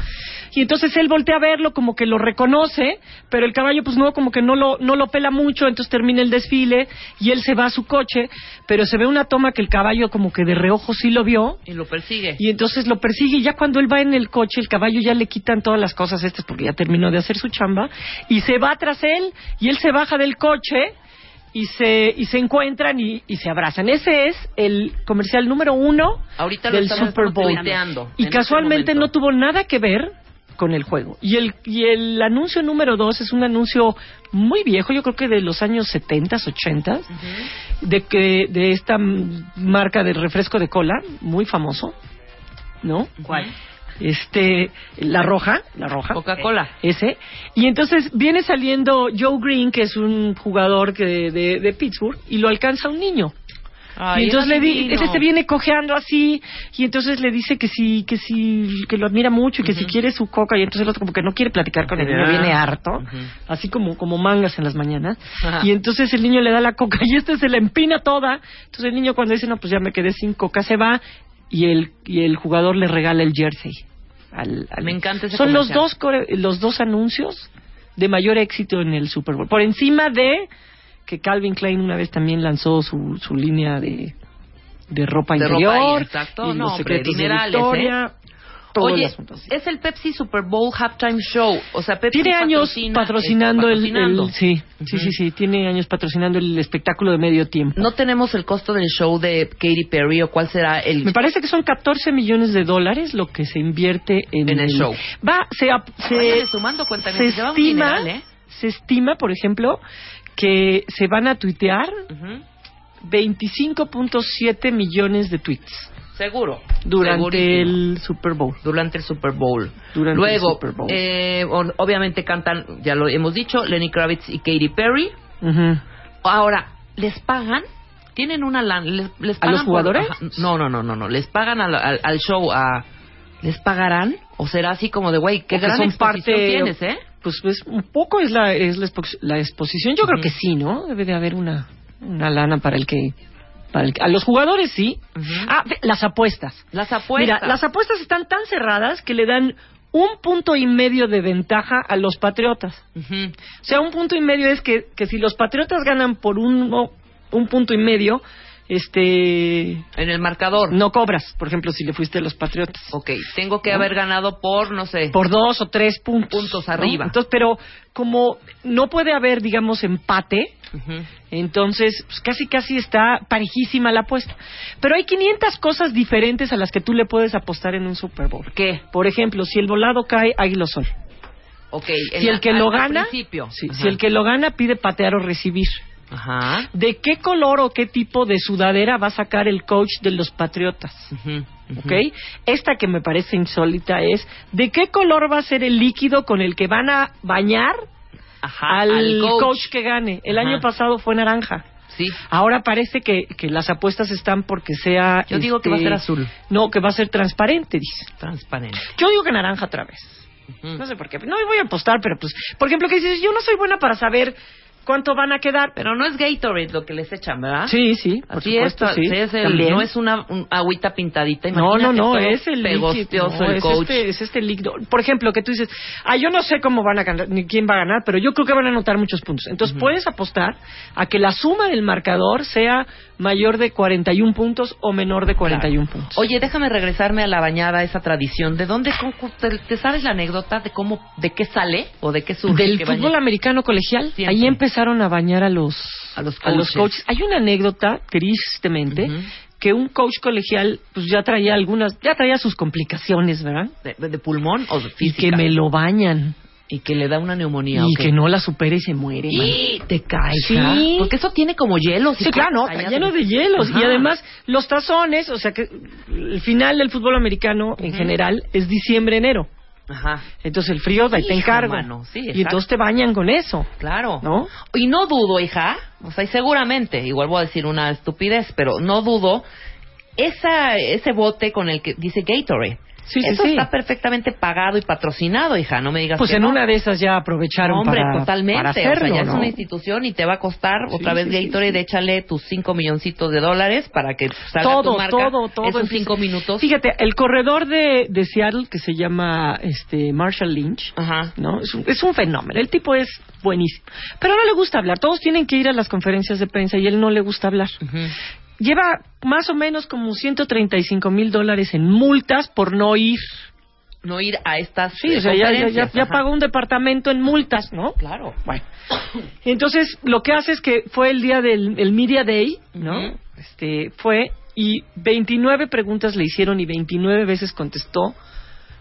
Speaker 3: y entonces él voltea a verlo como que lo reconoce, pero el caballo pues no como que no lo no lo pela mucho, entonces termina el desfile y él se va a su coche, pero se ve una toma que el caballo como que de reojo sí lo vio
Speaker 2: Y lo persigue.
Speaker 3: y entonces lo persigue y ya cuando él va en el coche, el caballo ya le quitan todas las cosas estas porque ya terminó de hacer su chamba y se va tras él y él se baja del coche y se, y se encuentran y, y se abrazan. Ese es el comercial número uno
Speaker 2: Ahorita lo
Speaker 3: del
Speaker 2: estamos
Speaker 3: Super Bowl.
Speaker 2: tuiteando
Speaker 3: Y
Speaker 2: en este
Speaker 3: casualmente
Speaker 2: momento.
Speaker 3: no tuvo nada que ver con el juego. Y el, y el anuncio número dos es un anuncio muy viejo, yo creo que de los años 70, 80, de, que, de esta mm, marca de refresco de cola, muy famoso, ¿no?
Speaker 2: ¿Cuál?
Speaker 3: Este, la roja, la roja. E,
Speaker 2: Coca-Cola.
Speaker 3: Ese. Y entonces viene saliendo Joe Green, que es un jugador que de, de Pittsburgh, y lo alcanza un niño. y entonces le di, este ese se viene cojeando así, y entonces le dice que sí, que sí, que lo admira mucho y que si quiere su coca, y entonces el otro como que no quiere platicar con el niño,
Speaker 2: Ah.
Speaker 3: viene harto,
Speaker 2: Ujú.
Speaker 3: así como, como mangas en las mañanas,
Speaker 2: Ajá.
Speaker 3: y entonces el niño le da la coca y este se la empina toda, entonces el niño cuando dice, no, pues ya me quedé sin coca, se va, y el, y el jugador le regala el jersey. al, al-
Speaker 2: Me encanta ese
Speaker 3: Son los
Speaker 2: comercial.
Speaker 3: dos, core- los dos anuncios de mayor éxito en el Super Bowl. Por encima de que Calvin Klein una vez también lanzó su, su línea
Speaker 2: Eh,
Speaker 3: de, de ropa
Speaker 2: De ropa,
Speaker 3: interior.
Speaker 2: exacto.
Speaker 3: y los
Speaker 2: No, hombre, ¿eh?
Speaker 3: secretos de
Speaker 2: dinerales,
Speaker 3: Victoria, todo el
Speaker 2: Oye,
Speaker 3: asunto, sí.
Speaker 2: es el Pepsi Super Bowl Halftime Show. O sea, Pepsi
Speaker 3: Tiene años
Speaker 2: patrocina-
Speaker 3: patrocinando,
Speaker 2: está
Speaker 3: el- el,
Speaker 2: eh, patrocinando.
Speaker 3: sí, sí,
Speaker 2: Ujú.
Speaker 3: sí, sí, tiene años patrocinando el espectáculo de medio tiempo.
Speaker 2: No tenemos el costo del show de Katy Perry o cuál será el.
Speaker 3: Me parece que son 14 millones de dólares lo que se invierte en,
Speaker 2: En el show.
Speaker 3: Va, se, ap- se-
Speaker 2: Váyanle sumando, cuéntame,
Speaker 3: se
Speaker 2: se lleva un
Speaker 3: estima,
Speaker 2: dineral, ¿eh?
Speaker 3: se estima, por ejemplo, que se van a tuitear
Speaker 2: Ujú.
Speaker 3: 25.7 millones de tweets
Speaker 2: Seguro.
Speaker 3: durante
Speaker 2: Segurísimo.
Speaker 3: el Super Bowl.
Speaker 2: durante el Super Bowl.
Speaker 3: Durante
Speaker 2: Luego,
Speaker 3: el Super Bowl.
Speaker 2: eh, on- obviamente cantan, ya lo hemos dicho, Lenny Kravitz y Katy Perry.
Speaker 3: Ujú.
Speaker 2: Ahora, ¿les pagan? ¿Tienen una lana? ¿Les, les
Speaker 3: ¿A
Speaker 2: pagan
Speaker 3: los
Speaker 2: por-
Speaker 3: jugadores?
Speaker 2: Ajá, no, no, no, no, no. ¿Les pagan al, al- al show a... ¿Les pagarán? ¿O será así como de, güey, qué
Speaker 3: O que
Speaker 2: gran
Speaker 3: son
Speaker 2: exposición
Speaker 3: parte-
Speaker 2: tienes, eh?
Speaker 3: Pues, pues un poco es la, es la, expo- la exposición. Yo creo
Speaker 2: Ujú.
Speaker 3: que sí, ¿no? Debe de haber una, una lana para el que... Para el que- a los jugadores sí.
Speaker 2: Ujú.
Speaker 3: Ah, fe- las apuestas.
Speaker 2: Las apuestas.
Speaker 3: Mira, las apuestas están tan cerradas que le dan un punto y medio de ventaja a los patriotas.
Speaker 2: Ujú.
Speaker 3: O sea, un punto y medio es que, que si los patriotas ganan por un, un punto y medio, este,
Speaker 2: En el marcador.
Speaker 3: no cobras, por ejemplo, si le fuiste a los patriotas.
Speaker 2: Ok, tengo que haber ganado por, no sé.
Speaker 3: Por dos o tres puntos.
Speaker 2: Puntos
Speaker 3: ¿no?
Speaker 2: arriba.
Speaker 3: Entonces, pero como no puede haber, digamos, empate,
Speaker 2: Ujú.
Speaker 3: entonces pues casi casi está parejísima la apuesta. Pero hay 500 cosas diferentes a las que tú le puedes apostar en un Super Bowl.
Speaker 2: ¿Qué?
Speaker 3: Por ejemplo, si el volado cae, águila sol.
Speaker 2: Ok. en
Speaker 3: Si
Speaker 2: la-
Speaker 3: el que lo
Speaker 2: al
Speaker 3: gana,
Speaker 2: principio.
Speaker 3: sí,
Speaker 2: Ajá.
Speaker 3: si el que lo gana pide patear o recibir.
Speaker 2: Ajá.
Speaker 3: ¿De qué color o qué tipo de sudadera va a sacar el coach de los Patriotas?
Speaker 2: Ujú, ujú.
Speaker 3: ¿Ok? Esta que me parece insólita es, ¿de qué color va a ser el líquido con el que van a bañar
Speaker 2: Ajá,
Speaker 3: al,
Speaker 2: al
Speaker 3: coach.
Speaker 2: coach.
Speaker 3: que gane? El
Speaker 2: Ajá.
Speaker 3: año pasado fue naranja.
Speaker 2: Sí.
Speaker 3: Ahora parece que, que las apuestas están porque sea...
Speaker 2: Yo digo que va a
Speaker 3: Este,
Speaker 2: ser azul.
Speaker 3: No, que va a ser transparente, dice.
Speaker 2: Transparente.
Speaker 3: Yo digo que naranja otra vez.
Speaker 2: Ujú.
Speaker 3: No sé por qué. No voy a apostar, pero pues... Por ejemplo, que dices, yo no soy buena para saber cuánto van a quedar, pero...
Speaker 2: Pero no es Gatorade lo que les echan, ¿verdad?
Speaker 3: Sí, sí, por
Speaker 2: Así
Speaker 3: supuesto,
Speaker 2: es,
Speaker 3: sí.
Speaker 2: es el-
Speaker 3: también.
Speaker 2: no es una un- agüita pintadita.
Speaker 3: No, no,
Speaker 2: imagínate
Speaker 3: no,
Speaker 2: todo
Speaker 3: es el líquido,
Speaker 2: pegostioso
Speaker 3: no,
Speaker 2: el
Speaker 3: es
Speaker 2: coach.
Speaker 3: este, es este líquido. Por ejemplo, que tú dices, ah, yo no sé cómo van a ganar, ni quién va a ganar, pero yo creo que van a anotar muchos puntos. Entonces puedes apostar a que la suma del marcador sea mayor de 41 puntos o menor de 41 puntos.
Speaker 2: Oye, déjame regresarme a la bañada, esa tradición. ¿De dónde cómo- te, te sabes la anécdota de cómo, de qué sale o de qué surge?
Speaker 3: del
Speaker 2: que
Speaker 3: fútbol
Speaker 2: bañe?
Speaker 3: americano colegial,
Speaker 2: Siempre.
Speaker 3: ahí empezaron a bañar a los,
Speaker 2: A los coaches.
Speaker 3: Hay una anécdota, tristemente,
Speaker 2: Ujú.
Speaker 3: que un coach colegial pues ya traía algunas, ya traía sus complicaciones, ¿verdad?
Speaker 2: de, de- de pulmón o de física.
Speaker 3: Y que me lo bañan.
Speaker 2: Y que le da una neumonía.
Speaker 3: y
Speaker 2: ¿ok?
Speaker 3: que no la supere y se muere.
Speaker 2: Y te caes.
Speaker 3: Ah, Sí.
Speaker 2: ¿ah? Porque eso tiene como hielos. y
Speaker 3: Sí, claro,
Speaker 2: cosas
Speaker 3: está
Speaker 2: allá
Speaker 3: lleno
Speaker 2: de-
Speaker 3: de hielos. Y
Speaker 2: Ajá.
Speaker 3: además, los tazones, o sea que el final del fútbol americano en
Speaker 2: Ujú.
Speaker 3: general es diciembre-enero.
Speaker 2: Ajá.
Speaker 3: Entonces el frío ahí te
Speaker 2: Hijo,
Speaker 3: encargo.
Speaker 2: mano, sí,
Speaker 3: y
Speaker 2: exacto.
Speaker 3: entonces te bañan con eso.
Speaker 2: Claro.
Speaker 3: ¿No?
Speaker 2: Y no dudo, hija, o sea, y seguramente, igual voy a decir una estupidez, pero no dudo, esa, ese bote con el que dice Gatorade.
Speaker 3: Sí, sí,
Speaker 2: Eso
Speaker 3: sí.
Speaker 2: está perfectamente pagado y patrocinado, hija, no me digas
Speaker 3: Pues
Speaker 2: que
Speaker 3: en
Speaker 2: no.
Speaker 3: una de esas ya aprovecharon
Speaker 2: Hombre,
Speaker 3: para,
Speaker 2: totalmente,
Speaker 3: para hacerlo,
Speaker 2: o sea, ya
Speaker 3: ¿no?
Speaker 2: es una institución y te va a costar
Speaker 3: Sí,
Speaker 2: otra vez
Speaker 3: sí, sí,
Speaker 2: Gatorade,
Speaker 3: sí.
Speaker 2: échale tus 5 milloncitos de dólares para que salga
Speaker 3: todo,
Speaker 2: tu marca
Speaker 3: todo, todo.
Speaker 2: esos
Speaker 3: empieza-
Speaker 2: 5 minutos.
Speaker 3: Fíjate, el corredor de, de Seattle que se llama este Marshall Lynch,
Speaker 2: Ajá.
Speaker 3: ¿no? Es un, es un fenómeno. El tipo es buenísimo. Pero no le gusta hablar. Todos tienen que ir a las conferencias de prensa y él no le gusta hablar.
Speaker 2: Ujú.
Speaker 3: Lleva más o menos como 135 mil dólares en multas por no ir.
Speaker 2: No ir a estas
Speaker 3: Sí,
Speaker 2: eh,
Speaker 3: o sea, ya, ya, ya,
Speaker 2: conferencias,
Speaker 3: ya
Speaker 2: ajá.
Speaker 3: pagó un departamento en multas, ¿no?
Speaker 2: Claro.
Speaker 3: Bueno. Entonces, lo que hace es que fue el día del el Media Day, ¿no?
Speaker 2: Ujú.
Speaker 3: Este, fue y 29 preguntas le hicieron y 29 veces contestó,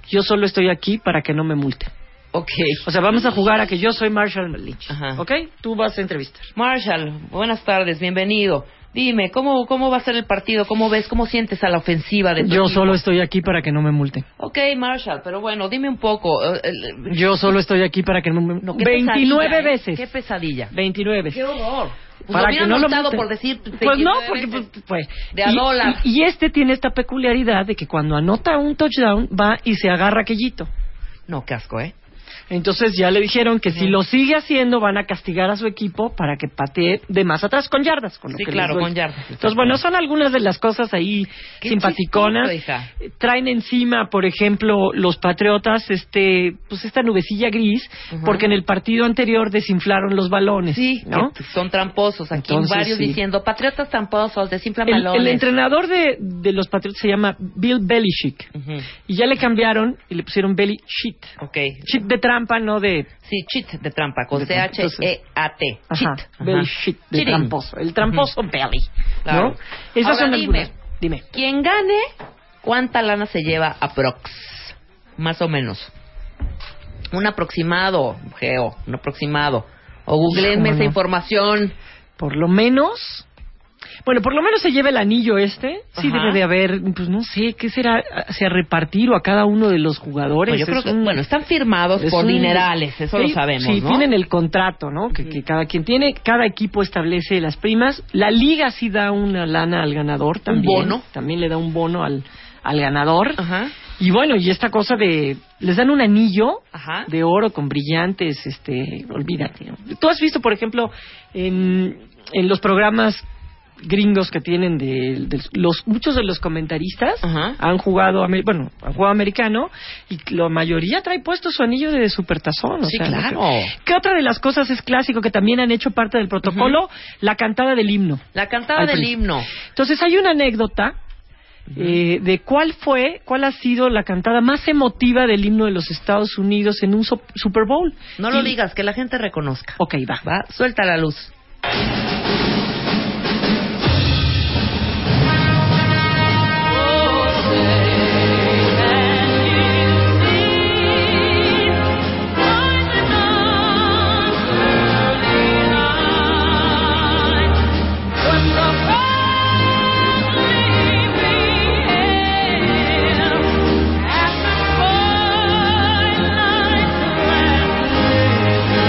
Speaker 3: yo solo estoy aquí para que no me multen.
Speaker 2: Ok.
Speaker 3: O sea, vamos a jugar a que yo soy Marshall Lynch,
Speaker 2: Ajá.
Speaker 3: ¿ok? Tú vas a entrevistar.
Speaker 2: Marshall, buenas tardes, bienvenido. Dime, ¿cómo, ¿cómo va a ser el partido? ¿Cómo ves? ¿Cómo sientes a la ofensiva de tu
Speaker 3: Yo
Speaker 2: equipo?
Speaker 3: solo estoy aquí para que no me multen.
Speaker 2: Ok, Marshall, pero bueno, dime un poco. eh, el-
Speaker 3: Yo solo estoy aquí para que no me...
Speaker 2: no, qué
Speaker 3: 29
Speaker 2: pesadilla, ¿eh?
Speaker 3: veces.
Speaker 2: Qué pesadilla. Pues
Speaker 3: 29 veces.
Speaker 2: horror.
Speaker 3: para que no lo multen.
Speaker 2: por decir
Speaker 3: Pues no,
Speaker 2: 29
Speaker 3: porque
Speaker 2: veces.
Speaker 3: pues, pues,
Speaker 2: De a
Speaker 3: y,
Speaker 2: dólar.
Speaker 3: y- y este tiene esta peculiaridad de que cuando anota un touchdown va y se agarra aquellito.
Speaker 2: No, qué asco, ¿eh?
Speaker 8: Entonces ya le dijeron que si lo sigue haciendo van a castigar a su equipo para que patee de más atrás con yardas. Con lo
Speaker 2: Sí,
Speaker 8: que
Speaker 2: claro,
Speaker 8: les duele.
Speaker 2: con yardas.
Speaker 8: Entonces, bueno, son algunas de las cosas ahí
Speaker 2: Qué
Speaker 8: simpaticonas.
Speaker 2: chistoso, hija.
Speaker 8: Eh, Traen encima, por ejemplo, los patriotas, este, pues esta nubecilla gris,
Speaker 2: Ujú.
Speaker 8: porque en el partido anterior desinflaron los balones.
Speaker 2: Sí,
Speaker 8: ¿no?
Speaker 2: que son tramposos. Aquí
Speaker 8: Entonces,
Speaker 2: varios
Speaker 8: sí.
Speaker 2: diciendo, patriotas tramposos, desinflan
Speaker 8: El, el
Speaker 2: balones.
Speaker 8: entrenador de, de los patriotas se llama Bill Belichick.
Speaker 2: Ujú.
Speaker 8: Y ya le cambiaron y le pusieron Belly Shit.
Speaker 2: Ok.
Speaker 8: Shit de trampa, no de.
Speaker 2: Sí, cheat de trampa, con E
Speaker 8: De trampa,
Speaker 2: C-H-E-A-T.
Speaker 8: Ajá,
Speaker 2: Cheat.
Speaker 8: Belly
Speaker 2: Ajá.
Speaker 8: Shit, de
Speaker 2: Cheating.
Speaker 8: tramposo. El tramposo Belly.
Speaker 2: Claro.
Speaker 8: ¿No? Esas
Speaker 2: Ahora
Speaker 8: son
Speaker 2: dime.
Speaker 8: algunas. Dime.
Speaker 2: Quien gane, ¿cuánta lana se lleva a Prox? Más o menos. Un aproximado, Geo, un aproximado. O googleenme
Speaker 8: Híjole,
Speaker 2: esa
Speaker 8: no.
Speaker 2: información.
Speaker 8: Por lo menos. Bueno, por lo menos se lleva el anillo este. Sí,
Speaker 2: Ajá.
Speaker 8: debe de haber, pues no sé, ¿qué será? ¿A- ¿Se a repartir o a cada uno de los jugadores?
Speaker 2: Pues yo creo
Speaker 8: Es
Speaker 2: que,
Speaker 8: un-
Speaker 2: bueno, están firmados
Speaker 8: es
Speaker 2: por
Speaker 8: un-
Speaker 2: dinerales, eso lo
Speaker 8: Sí,
Speaker 2: sabemos,
Speaker 8: Sí,
Speaker 2: ¿no?
Speaker 8: tienen el contrato, ¿no? Que, que cada quien tiene, cada equipo establece las primas. La liga sí da una lana al ganador también.
Speaker 2: bono.
Speaker 8: También le da un bono al, al ganador.
Speaker 2: Ajá,
Speaker 8: Y bueno, y esta cosa de. Les dan un anillo
Speaker 2: ajá.
Speaker 8: de oro con brillantes, este. Olvídate. ¿no? Tú has visto, por ejemplo, en, en los programas gringos que tienen de, de los muchos de los comentaristas
Speaker 2: Ajá.
Speaker 8: han jugado ame- eh, bueno han jugado americano y la mayoría trae puesto su anillo de supertazón o
Speaker 2: Sí,
Speaker 8: sea,
Speaker 2: claro.
Speaker 8: que, que otra de las cosas es clásico que también han hecho parte del protocolo la cantada del himno
Speaker 2: La cantada
Speaker 8: Al
Speaker 2: del
Speaker 8: principio.
Speaker 2: himno.
Speaker 8: entonces hay una anécdota eh, de cuál fue, cuál ha sido la cantada más emotiva del himno de los Estados Unidos en un so- Super Bowl.
Speaker 2: No lo
Speaker 8: Y-
Speaker 2: digas, que la gente reconozca.
Speaker 8: Ok, va.
Speaker 2: Va, suelta la luz.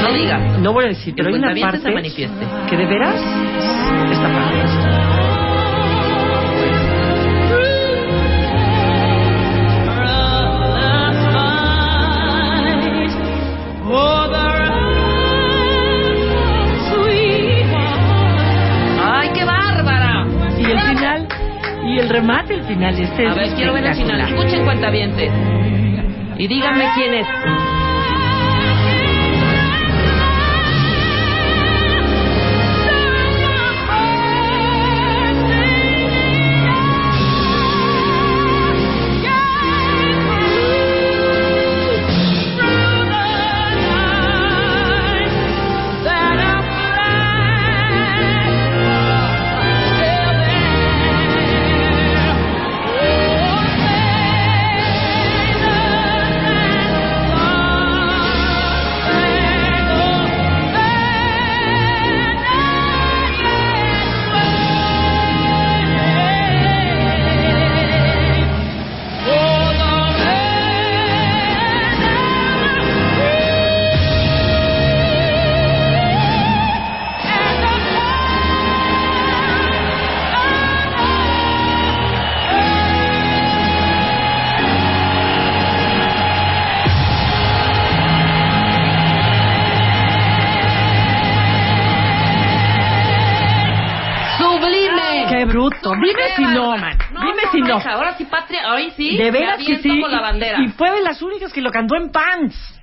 Speaker 2: No digas.
Speaker 8: No voy a decir,
Speaker 2: Que
Speaker 8: pero
Speaker 2: el
Speaker 8: hay una
Speaker 2: cuentaviente se
Speaker 8: parte
Speaker 2: manifieste.
Speaker 8: que de veras está padre.
Speaker 2: ¡Ay, qué bárbara!
Speaker 8: Y el final, y el remate, el final este es
Speaker 2: A ver, quiero ver el final.
Speaker 8: espectacular.
Speaker 2: Escuchen cuentavientes. Y díganme quién es. ¡Sublime!
Speaker 8: Qué bruto. Dime
Speaker 2: ¡Qué
Speaker 8: si no,
Speaker 2: bárbara!
Speaker 8: man. Dime si no.
Speaker 2: hija, Ahora sí, patria. Hoy sí.
Speaker 8: de
Speaker 2: me
Speaker 8: veras que
Speaker 2: aviento
Speaker 8: sí.
Speaker 2: con la bandera.
Speaker 8: Y, y fue de las únicas que lo cantó en pants.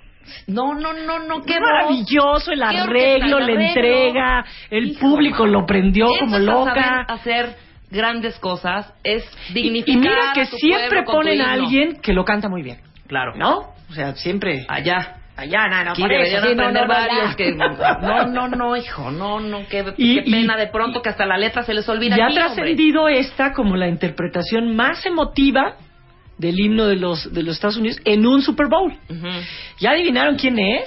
Speaker 2: No, no, no, no. Qué
Speaker 8: Qué maravilloso el
Speaker 2: orquesta,
Speaker 8: arreglo,
Speaker 2: el
Speaker 8: la
Speaker 2: arreglo.
Speaker 8: entrega, el
Speaker 2: Hijo,
Speaker 8: público lo prendió
Speaker 2: voz.
Speaker 8: como
Speaker 2: Eso es
Speaker 8: loca.
Speaker 2: saber hacer grandes cosas es
Speaker 8: Y,
Speaker 2: dignificar.
Speaker 8: y mira
Speaker 2: a
Speaker 8: que
Speaker 2: tu
Speaker 8: siempre
Speaker 2: pueblo con tu
Speaker 8: ponen a
Speaker 2: himno.
Speaker 8: alguien que lo canta muy bien,
Speaker 2: Claro.
Speaker 8: ¿no? O sea, siempre
Speaker 2: Allá.
Speaker 8: allá, nada,
Speaker 2: Aquí deberían aprender varios que... No, no, no, hijo, no, no, qué,
Speaker 8: Y-
Speaker 2: qué pena
Speaker 8: y-
Speaker 2: de pronto que hasta la letra se les olvida.
Speaker 8: Ya ha
Speaker 2: aquí, hombre.
Speaker 8: trascendido esta como la interpretación más emotiva del himno de los de los Estados Unidos en un Super Bowl.
Speaker 2: Ujú.
Speaker 8: ¿Ya adivinaron quién es?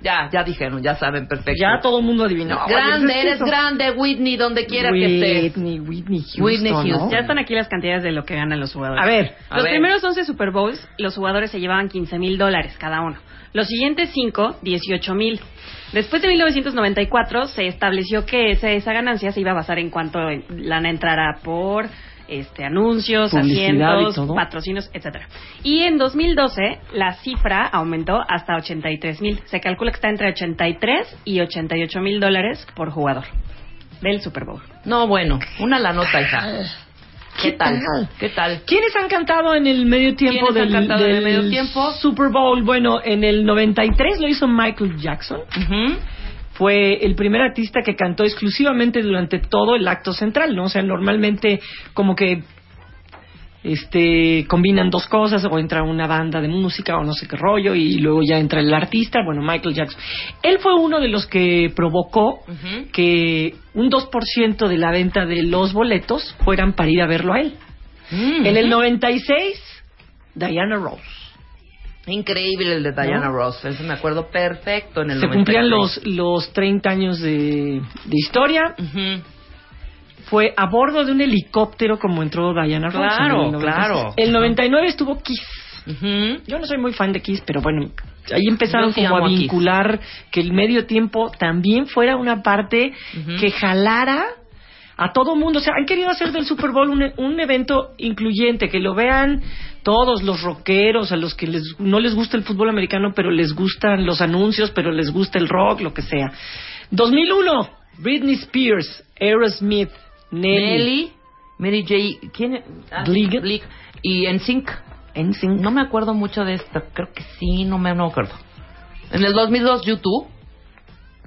Speaker 2: Ya, ya dijeron, ya saben, perfecto.
Speaker 8: Ya todo el mundo adivinó.
Speaker 2: grande,
Speaker 8: Oye, pues es que
Speaker 2: eres
Speaker 8: eso-
Speaker 2: grande, Whitney, donde quiera que estés.
Speaker 8: Whitney, Whitney Houston.
Speaker 2: Whitney
Speaker 8: ¿no?
Speaker 2: Houston.
Speaker 7: Ya están aquí las cantidades de lo que ganan los jugadores.
Speaker 8: A ver,
Speaker 2: A
Speaker 7: los
Speaker 2: ver.
Speaker 7: primeros 11 Super Bowls, los jugadores se llevaban 15 mil dólares cada uno. Los siguientes 5, 18 mil. Después de 1994 se estableció que esa, esa ganancia se iba a basar en cuánto lana entrara por
Speaker 8: este, anuncios,
Speaker 3: Publicidad y
Speaker 8: asientos,
Speaker 3: todo.
Speaker 8: patrocinios, etcétera. Y en 2012 la cifra aumentó hasta 83 mil. Se calcula que está entre 83 y 88 mil dólares por jugador del Super Bowl.
Speaker 2: No, bueno, una la nota, hija. Ah, ¿Qué tal? ¿Qué tal?
Speaker 3: ¿Quiénes han cantado en el medio tiempo
Speaker 2: ¿Quiénes
Speaker 3: del,
Speaker 2: han cantado en el
Speaker 3: del
Speaker 2: medio tiempo?
Speaker 3: Super Bowl? Bueno, en el 93 lo hizo Michael Jackson.
Speaker 2: Ujú.
Speaker 3: Fue el primer artista que cantó exclusivamente durante todo el acto central, ¿no? O sea, normalmente como que este combinan dos cosas o entra una banda de música o no sé qué rollo y luego ya entra el artista, bueno, Michael Jackson. Él fue uno de los que provocó
Speaker 2: Ujú.
Speaker 3: que un 2% de la venta de los boletos fueran para ir a verlo a él.
Speaker 2: Mm.
Speaker 3: En el 96, Diana Rose.
Speaker 2: Increíble el de Diana
Speaker 3: ¿No?
Speaker 2: Ross, ese me acuerdo perfecto en el
Speaker 3: Se cumplían
Speaker 2: 96.
Speaker 3: los, los 30 años de, de historia.
Speaker 2: Ujú.
Speaker 3: Fue a bordo de un helicóptero como entró Diana Rose. en
Speaker 2: Claro,
Speaker 3: el 96.
Speaker 2: claro.
Speaker 3: El 99 estuvo Kiss.
Speaker 2: Ujú.
Speaker 3: Yo no soy muy fan de Kiss, pero bueno, ahí empezaron
Speaker 2: Yo sí
Speaker 3: como
Speaker 2: amo
Speaker 3: a
Speaker 2: a Kiss.
Speaker 3: vincular que el medio tiempo también fuera una parte
Speaker 2: Ujú.
Speaker 3: que jalara a todo mundo. O sea, han querido hacer del Super Bowl un, un evento incluyente, que lo vean todos los rockeros, a los que les- no les gusta el fútbol americano, pero les gustan los anuncios, pero les gusta el rock, lo que sea. 2001, Britney Spears, Aerosmith, Nelly,
Speaker 2: Nelly, Mary J. ¿Quién? ah,
Speaker 3: Blige.
Speaker 2: Blige. Y en Sync.
Speaker 3: NSYNC.
Speaker 2: No me acuerdo mucho de esta, creo que sí, no me, no me acuerdo. En el 2002, YouTube.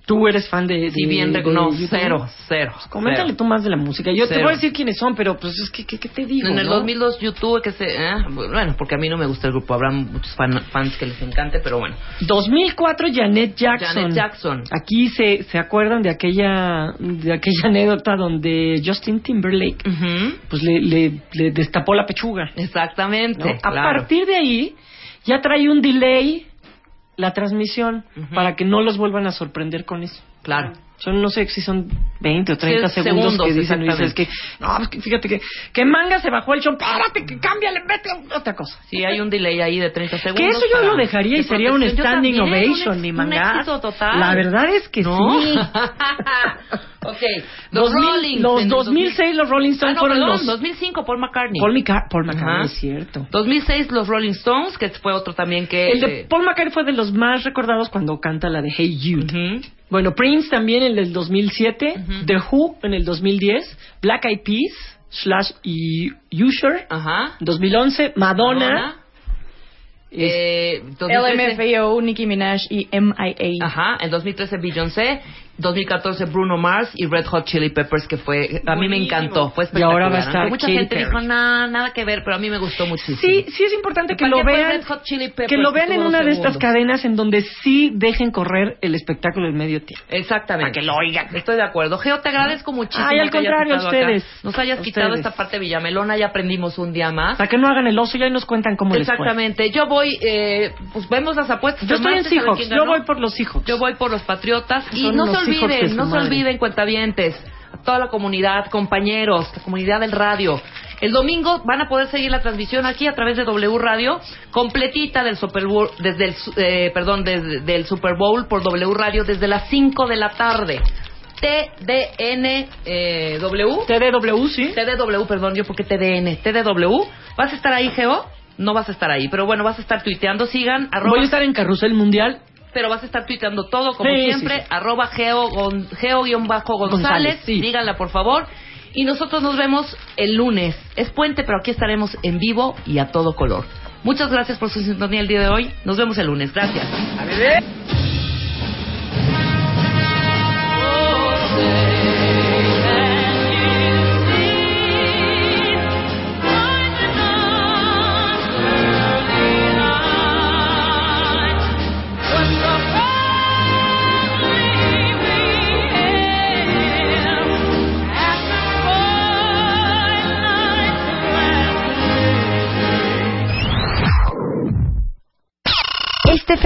Speaker 3: Tú eres fan de... de
Speaker 2: Sí, Pues bien,
Speaker 3: de
Speaker 2: rec- no,
Speaker 3: YouTube.
Speaker 2: cero, cero.
Speaker 3: Coméntale
Speaker 2: cero.
Speaker 3: tú más de la música. Yo te
Speaker 2: Cero.
Speaker 3: voy a decir quiénes son, pero pues es que, ¿qué, qué te digo?
Speaker 2: En el
Speaker 3: no?
Speaker 2: 2002 YouTube que se ah, bueno porque a mí no me gusta el grupo habrá muchos fan- fans que les encante pero bueno
Speaker 3: 2004, Janet Jackson.
Speaker 2: Janet Jackson
Speaker 3: Aquí se, se acuerdan de aquella, de aquella anécdota donde Justin Timberlake
Speaker 2: Ujú,
Speaker 3: pues le, le, le destapó la pechuga.
Speaker 2: exactamente
Speaker 3: ¿no? A
Speaker 2: claro.
Speaker 3: partir de ahí ya trae un delay la transmisión
Speaker 2: Ujú.
Speaker 3: para que no los vuelvan a sorprender con eso.
Speaker 2: claro
Speaker 3: Son, no sé si son 20 o 30
Speaker 2: Sí,
Speaker 3: segundos,
Speaker 2: segundos,
Speaker 3: que dicen, y dices
Speaker 2: exactamente.
Speaker 3: que, no, pues que fíjate que, que manga se bajó el show, párate, que cámbiale, vete a otra cosa.
Speaker 2: Sí, hay un delay ahí de 30 segundos.
Speaker 3: Que eso yo
Speaker 2: para-
Speaker 3: lo dejaría y
Speaker 2: de
Speaker 3: sería un
Speaker 2: protección. Yo
Speaker 3: standing
Speaker 2: también, un
Speaker 3: ovation,
Speaker 2: ex-
Speaker 3: mi
Speaker 2: un
Speaker 3: manga.
Speaker 2: éxito total.
Speaker 3: La verdad es que
Speaker 2: Ah, ¿No?
Speaker 3: sí.
Speaker 2: ok. Los
Speaker 3: Los, mil-
Speaker 2: Rollins.
Speaker 3: los
Speaker 2: en el
Speaker 3: 2006 los Rolling
Speaker 2: Ah,
Speaker 3: Stones
Speaker 2: no,
Speaker 3: fueron
Speaker 2: perdón,
Speaker 3: los...
Speaker 2: 2005, Paul McCartney.
Speaker 3: Paul, Mica- Paul McCartney,
Speaker 2: Ajá.
Speaker 3: es cierto.
Speaker 2: 2006, los Rolling Stones, que fue otro también que...
Speaker 3: El de
Speaker 2: eh,
Speaker 3: Paul McCartney fue de los más recordados cuando canta la de Hey Jude.
Speaker 2: ujú.
Speaker 3: Bueno, Prince también en el 2007,
Speaker 2: Ujú.
Speaker 3: The Who en el 2010, Black Eyed Peas, Slash y Usher
Speaker 2: Ajá.
Speaker 3: 2011, Ah. Madonna, es-
Speaker 2: Eh,
Speaker 3: Este,
Speaker 2: 2013,
Speaker 9: LMFAO, Nicki Minaj y MIA.
Speaker 3: Ah,
Speaker 2: Ajá, en 2013 Beyoncé, 2014 Bruno Mars y Red Hot Chili Peppers que fue a mí me
Speaker 3: Buenísimo.
Speaker 2: encantó, fue
Speaker 3: Y
Speaker 2: espectacular.
Speaker 3: ahora va a estar
Speaker 2: aunque mucha
Speaker 3: Katy
Speaker 2: gente
Speaker 3: Perry.
Speaker 2: dijo, "Nah, nada que ver", pero a mí me gustó muchísimo.
Speaker 3: Sí, sí es importante que
Speaker 2: ¿Para
Speaker 3: lo
Speaker 2: qué fue
Speaker 3: vean,
Speaker 2: Red Hot Chili Peppers
Speaker 3: que lo
Speaker 2: que
Speaker 3: vean en
Speaker 2: tuvo
Speaker 3: una
Speaker 2: dos
Speaker 3: de estas
Speaker 2: segundos?
Speaker 3: cadenas en donde sí dejen correr el espectáculo del medio tiempo.
Speaker 2: Exactamente. Para que lo oigan. Estoy de acuerdo. Geo, te agradezco muchísimo.
Speaker 3: Ay, al
Speaker 2: que hayas
Speaker 3: contrario,
Speaker 2: estado acá.
Speaker 3: ustedes.
Speaker 2: Nos hayas quitado
Speaker 3: Ustedes.
Speaker 2: esta parte villamelona, ya aprendimos un día más.
Speaker 3: Para que no hagan el oso ya y nos cuentan cómo les fue.
Speaker 2: Exactamente. Yo voy, eh, pues vemos las apuestas.
Speaker 3: Yo estoy en
Speaker 2: Martes, a ver
Speaker 3: Seahawks,
Speaker 2: quién
Speaker 3: yo
Speaker 2: ganó.
Speaker 3: voy por los Seahawks.
Speaker 2: Yo voy por los patriotas. Y
Speaker 3: Son
Speaker 2: no se
Speaker 3: los hijos de
Speaker 2: olviden,
Speaker 3: su
Speaker 2: no se
Speaker 3: madre.
Speaker 2: olviden, cuentavientes, a toda la comunidad, compañeros, la comunidad del radio. El domingo van a poder seguir la transmisión aquí a través de W Radio, completita del Super Bowl, desde el, su- eh, perdón, desde del Super Bowl por W Radio desde las 5 de la tarde. TDN eh, W.
Speaker 3: TDW, sí.
Speaker 2: TDW, perdón, yo porque TDN, TDW. ¿Vas a estar ahí, Geo? No vas a estar ahí, pero bueno, vas a estar tuiteando. Sigan, arroba,
Speaker 3: Voy a estar en Carrusel Mundial.
Speaker 2: pero vas a estar tuiteando todo, como
Speaker 3: Sí, sí,
Speaker 2: siempre,
Speaker 3: sí.
Speaker 2: arroba Geo, Gon- Geo-González.
Speaker 3: González, sí.
Speaker 2: Díganla, por favor. Y nosotros nos vemos el lunes. Es puente, pero aquí estaremos en vivo y a todo color. Muchas gracias por su sintonía el día de hoy. Nos vemos el lunes. Gracias.
Speaker 7: Este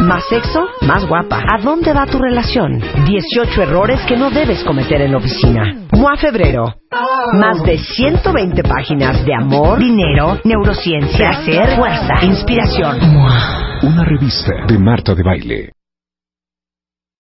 Speaker 7: Más sexo, más guapa. ¿A dónde va tu relación? 18 errores que no debes cometer en la oficina. MOA Febrero. Más de 120 páginas de amor, dinero, neurociencia, placer, fuerza, inspiración.
Speaker 10: Una revista de Marta de Baile.